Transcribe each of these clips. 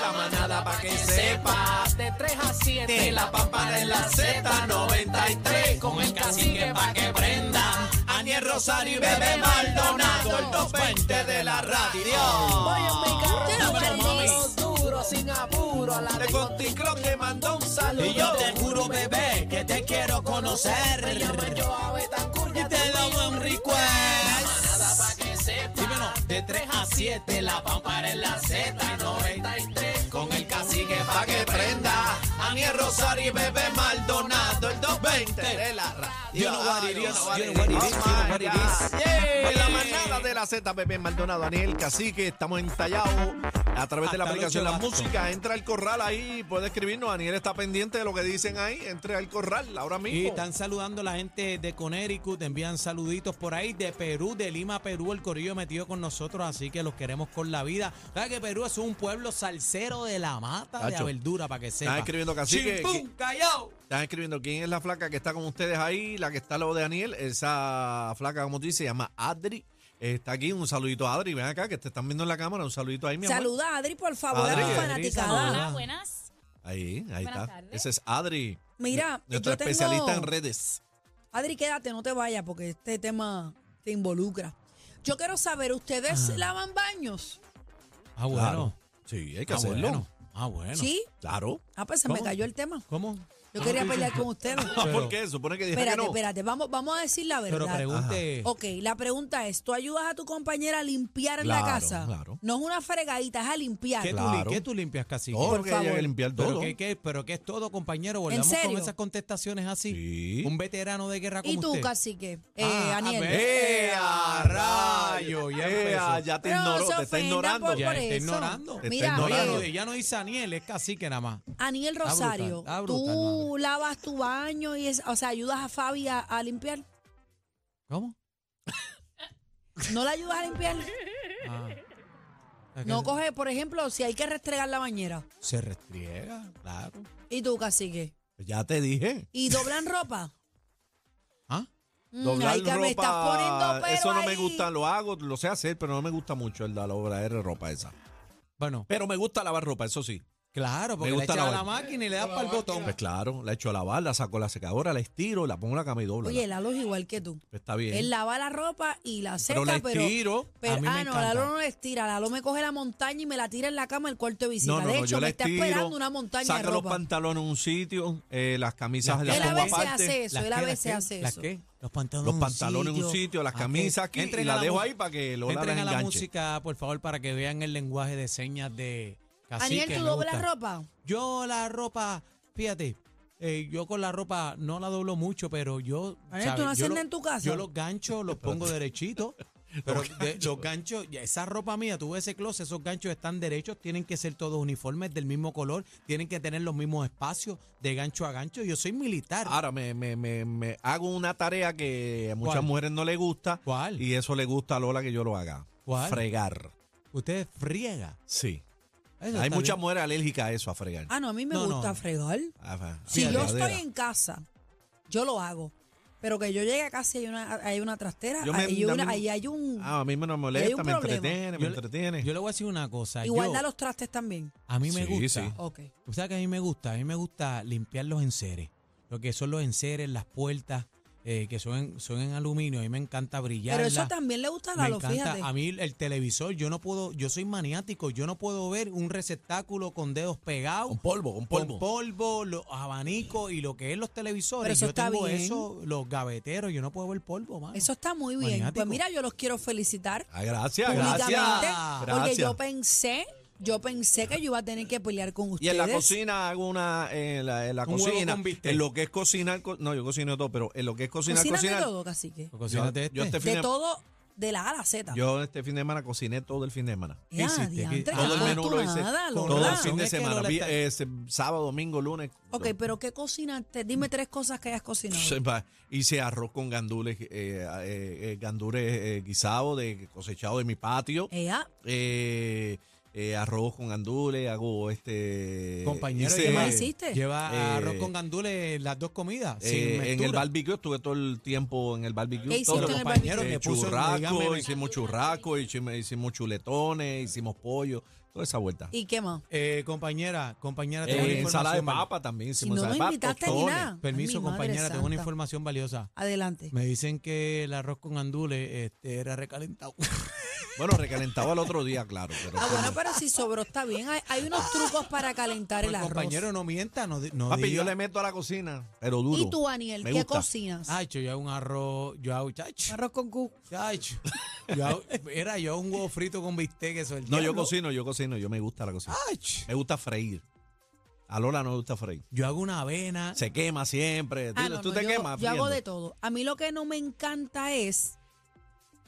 La manada pa' que sepa. De 3 a 7. La pámpara en la Z. 93. Con el cacique pa' que prenda. Aniel Rosario y Bebé Maldonado. El dos veinte de la radio. Dámelo, mami. Duro, sin apuro. La de Conti Clock te mandó un saludo. Y yo te juro, bebé, que te quiero conocer. Y te doy un request. Dímelo, de 3 a 7, la pámpara en la Z93. Con el cacique pa' que prenda. Aniel Rosario y Bebé Maldonado, el 220 de la radio. You know what it is, you know what it is, you know what it is. Yeah. Oh, En la manada de la Z, Pepe Maldonado, Daniel Cacique, estamos en Tallao a través de la Hasta aplicación el La ocho de Música. Entra al corral ahí, puede escribirnos. Daniel está pendiente de lo que dicen ahí. Entre al corral ahora Y mismo. están saludando la gente de Connecticut, te envían saluditos por ahí, de Perú, de Lima, Perú, el corillo metido con nosotros, así que los queremos con la vida. ¿Sabes que Perú es un pueblo salsero de la mata, de la Tacho. verdura, para que sepa. escribiendo cacique, ¡Chimpún, callao! Están escribiendo quién es la flaca que está con ustedes ahí, la que está al lado de Daniel. Esa flaca, como tú dices, se llama Adri. Está aquí, un saludito a Adri. Ven acá, que te están viendo en la cámara. Un saludito ahí, mi amor. Saluda a Adri, por favor, Adri, a tu Adri, fanaticada. Ah, saluda. Hola, buenas. Ahí, ahí Buenas está. tardes. Esa es Adri. Mira, Nuestra yo tengo- especialista en redes. Adri, quédate, no te vayas porque este tema te involucra. Yo quiero saber, Ah. ¿ustedes lavan baños? Ah, bueno. Claro. Sí, hay que ah, hacerlo. bueno. Ah, bueno. ¿Sí? Claro. Ah, pues se me ¿Cómo? cayó el tema. ¿Cómo? Yo quería pelear con ustedes. Pero- ¿Por qué? Supone que dije que espérate, no. espérate, vamos, vamos a decir la Pero verdad. pregunte. ok, la pregunta es, ¿tú ayudas a tu compañera a limpiar en Claro, la casa? claro. No es una fregadita, es a limpiar. ¿Qué, tú, Claro. li- qué tú limpias, cacique? Todo Por lo que haya que favor. limpiar Pero todo. que, que- pero que es todo, compañero. Volvamos con serio? esas contestaciones así. Sí. Un veterano de guerra como ¿Y tú, usted. cacique? Eh, Ah, Aniel. a ver. ¡Eh, a rayo! Ya, empezó. empezó. ya te Pero no ignoró, se te está ofendan ignorando. por- Ya por está eso. ignorando. Te está Mira, No, ella ignorando. no, eh, ella no dice Aniel, es cacique nada más. Aniel brutal, Rosario, está brutal, tú mano. lavas tu baño y es, o sea, ayudas a Fabi a, a limpiar. ¿Cómo? No la ayudas a limpiar. Ah. No coge, por ejemplo, si hay que restregar la bañera. Se restriega, claro. Y tú, cacique. Ya te dije. Y doblan ropa. ¿Ah? Mm, Doblar ay, que ropa, me estás poniendo pero eso no me ahí. gusta, lo hago, lo sé hacer, pero no me gusta mucho el de la obra de ropa esa. Bueno, Pero me gusta lavar ropa, eso sí. claro, porque Me le gusta echas la a la vaina. máquina y le das para el botón. Pues claro, la echo a lavar, la saco a la secadora, la estiro, la pongo en la cama y dobla. Oye, Lalo es igual que tú. Está bien. Él lava la ropa y la seca, pero pero... la estiro. pero- A mí me ah, no, encanta. Lalo no la estira. Lalo me coge la montaña y me la tira en la cama el cuarto de visita. no, no, de no, hecho, yo la me está estiro. esperando una montaña saca de los ropa. pantalones en un sitio, eh, las camisas las Las Él a pongo veces aparte. hace eso, él a veces hace ¿Las eso. qué? Los pantalones. los pantalones en un sitio, las Ah, camisas aquí que entren y a la la dejo mu- ahí para que lo Entren la a la enganche. música, por favor, para que vean el lenguaje de señas de cacique. Aniel, ¿tú me doblas gusta. ropa? Yo la ropa, fíjate, eh, yo con la ropa no la doblo mucho, pero yo... Aniel, ¿tú no haces yo nada en tu casa? Yo los ganchos los pongo derechitos. Pero de- los ganchos, ya, esa ropa mía, tú ves ese closet, esos ganchos están derechos, tienen que ser todos uniformes del mismo color, tienen que tener los mismos espacios de gancho a gancho. Yo soy militar. Ahora me, me, me, me hago una tarea que a muchas ¿Cuál? mujeres no les gusta. ¿Cuál? Y eso le gusta a Lola que yo lo haga. ¿Cuál? Fregar. Usted friega. Sí. Eso Hay está muchas bien. mujeres alérgicas a eso, a fregar. Ah, no, a mí me No, gusta no. fregar. Ah, Si a yo fregadera. estoy en casa, yo lo hago. Pero que yo llegue a casa y hay una, hay una trastera, Yo me- ahí, hay a mí una- me- ahí hay un... Ah, a mí me no me Hay molesta, un me problema. entretiene, me Yo le- entretiene. Yo le voy a decir una cosa. y yo- guarda los trastes también. A mí me eh. Sí, gusta. sí. Ok. O sea que a mí me gusta, a mí me gusta limpiar los enseres. Lo que son los enseres, las puertas, eh, que son en, son en aluminio. A mí me encanta brillar. Pero eso también le gusta a Lalo, fíjate. A mí el televisor, yo no puedo, yo soy maniático, yo no puedo ver un receptáculo con dedos pegados. Con polvo, con polvo. Con polvo, los abanicos y lo que es los televisores. Pero eso yo está tengo bien. eso, los gaveteros, yo no puedo ver polvo, mano. Eso está muy bien. Pues Maniático. mira, yo los quiero felicitar Ah, gracias, públicamente gracias. porque Gracias. yo pensé, yo pensé que yo iba a tener que pelear con Y ustedes. en la cocina hago una, en la, en la Un huevo cocina, con bistec. en lo que es cocinar, co- no, yo cocino todo, pero en lo que es cocinar, Cocíname cocinar, todo, cacique. Pues cocínate yo, yo este. este fin De todo, de la A a la Z. yo este fin de semana cociné todo el fin de semana. ¿qué Ya, hiciste? ¿Qué- diantre, Todo el qué menú lo hice. afortunada, Con todo Lola. el fin de Es que semana, Lola vi- está- eh, se- sábado, domingo, lunes. Ok, pero ¿qué cocinaste? Dime tres cosas que hayas cocinado. Sepa, Hice arroz con gandules, eh, eh, eh, gandules eh, guisado de cosechado de mi patio. Ella, Eh, eh, arroz con gandules, hago este. Compañero, hice, ¿qué lleva, más hiciste? lleva Eh, arroz con gandules las dos comidas. sin eh, en el mezcla. barbecue, estuve todo el tiempo en el barbecue. ¿Qué todo hiciste en el compañero Eh, me puso churrasco, dígame, hicimos churrasco, hicimos, hicimos chuletones, hicimos pollo, toda esa vuelta. ¿y qué más? eh, compañera, compañera, tengo Eh, una ensalada de información val- papa también Si hicimos no me ensalada de papa, invitaste ni tostones. nada. Permiso, Ay, Ah, mi madre compañera, tengo una santa. información valiosa. Adelante. Me dicen que el arroz con gandules este, era recalentado. Bueno, recalentaba el otro día, claro. Pero Ah, bueno, pero si sobró está bien. Hay, hay unos trucos para calentar Pues Pero el arroz. Pues, compañero, no mienta, no, di- no Papi, diga. yo le meto a la cocina, pero duro. ¿Y tú, Aniel, Me qué gusta. Ah, cocinas? Ay, yo hago un arroz, yo hago chacho, Arroz con cu. chacho. Yo hago- era yo hago un huevo frito con bistec, eso el No, yo diablo. cocino, yo cocino, yo me gusta la cocina. Ay, ch- Me gusta freír. A Lola no le gusta freír. yo hago una avena. Se quema siempre. Ah, Dile, no, tú no, te yo, quemas. yo hago friendo. de todo. A mí lo que no me encanta es,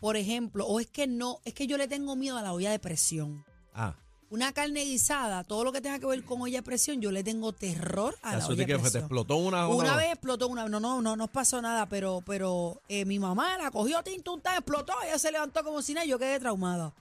por ejemplo, o es que no, es que yo le tengo miedo a la olla de presión. Ah, Una carne guisada, todo lo que tenga que ver con olla de presión, yo le tengo terror a la eso olla de te, que fue, te presión. explotó una, Una vez explotó una, no, no, no, no pasó nada, pero, pero eh, mi mamá la cogió tinta, explotó, ella se levantó como si nada, y yo quedé traumada.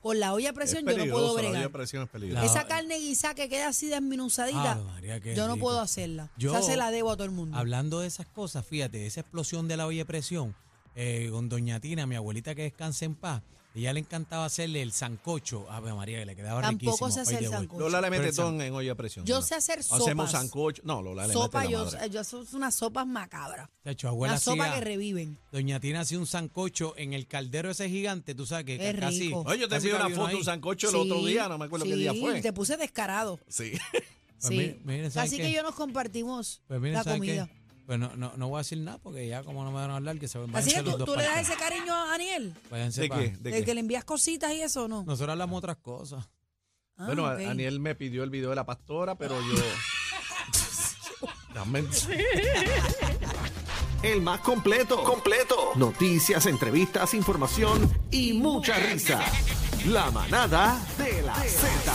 Con la olla de Es presión yo no peligroso, Ah, La puedo olla de bregar. presión es La- peligrosa. Esa carne guisada que queda así desminuzadita, Ave María, qué yo no rico. puedo hacerla. Yo- Esa se la debo a todo el mundo. Hablando de esas cosas, fíjate, esa explosión de la olla de presión, eh, con Doña Tina, mi abuelita que descanse en paz, ella le encantaba hacerle el sancocho. Ave María, que le quedaba Tampoco riquísimo. se Ay, hace el de bol- sancocho. Lola le mete Pero el todo san- en olla de presión. Yo no. sé hacer Hacemos sopas. sancocho. No, Lola le sopa, mete la yo, eh, madre. yo eso es unas sopas macabras. Chacho, abuela Una sopa hacía- que reviven. Doña Tina hacía un sancocho en el caldero ese gigante, tú sabes que Qué ca- casi. rico. Oye, yo te casi envié una cabía uno foto, ahí. un sancocho el otro Sí, día, no me acuerdo qué día sí, fue. Te puse descarado. Sí. Pues sí. mire- mire, ¿sabe Así qué? que yo nos compartimos Pues miren, la ¿saben qué? comida. Pues no, no, no voy a decir nada porque ya como no me van a hablar, que se Así váyanse que los tú, dos tú le das pa'l- ese cariño a Daniel, váyanse ¿De pa- qué? ¿De el qué? que le envías cositas y eso, ¿no? Nosotros hablamos otras cosas. Ah, bueno, a- ok. Aniel me pidió el video de la pastora, pero yo. Dame- El más completo. Completo. Noticias, entrevistas, información y mucha risa. La manada de la Z.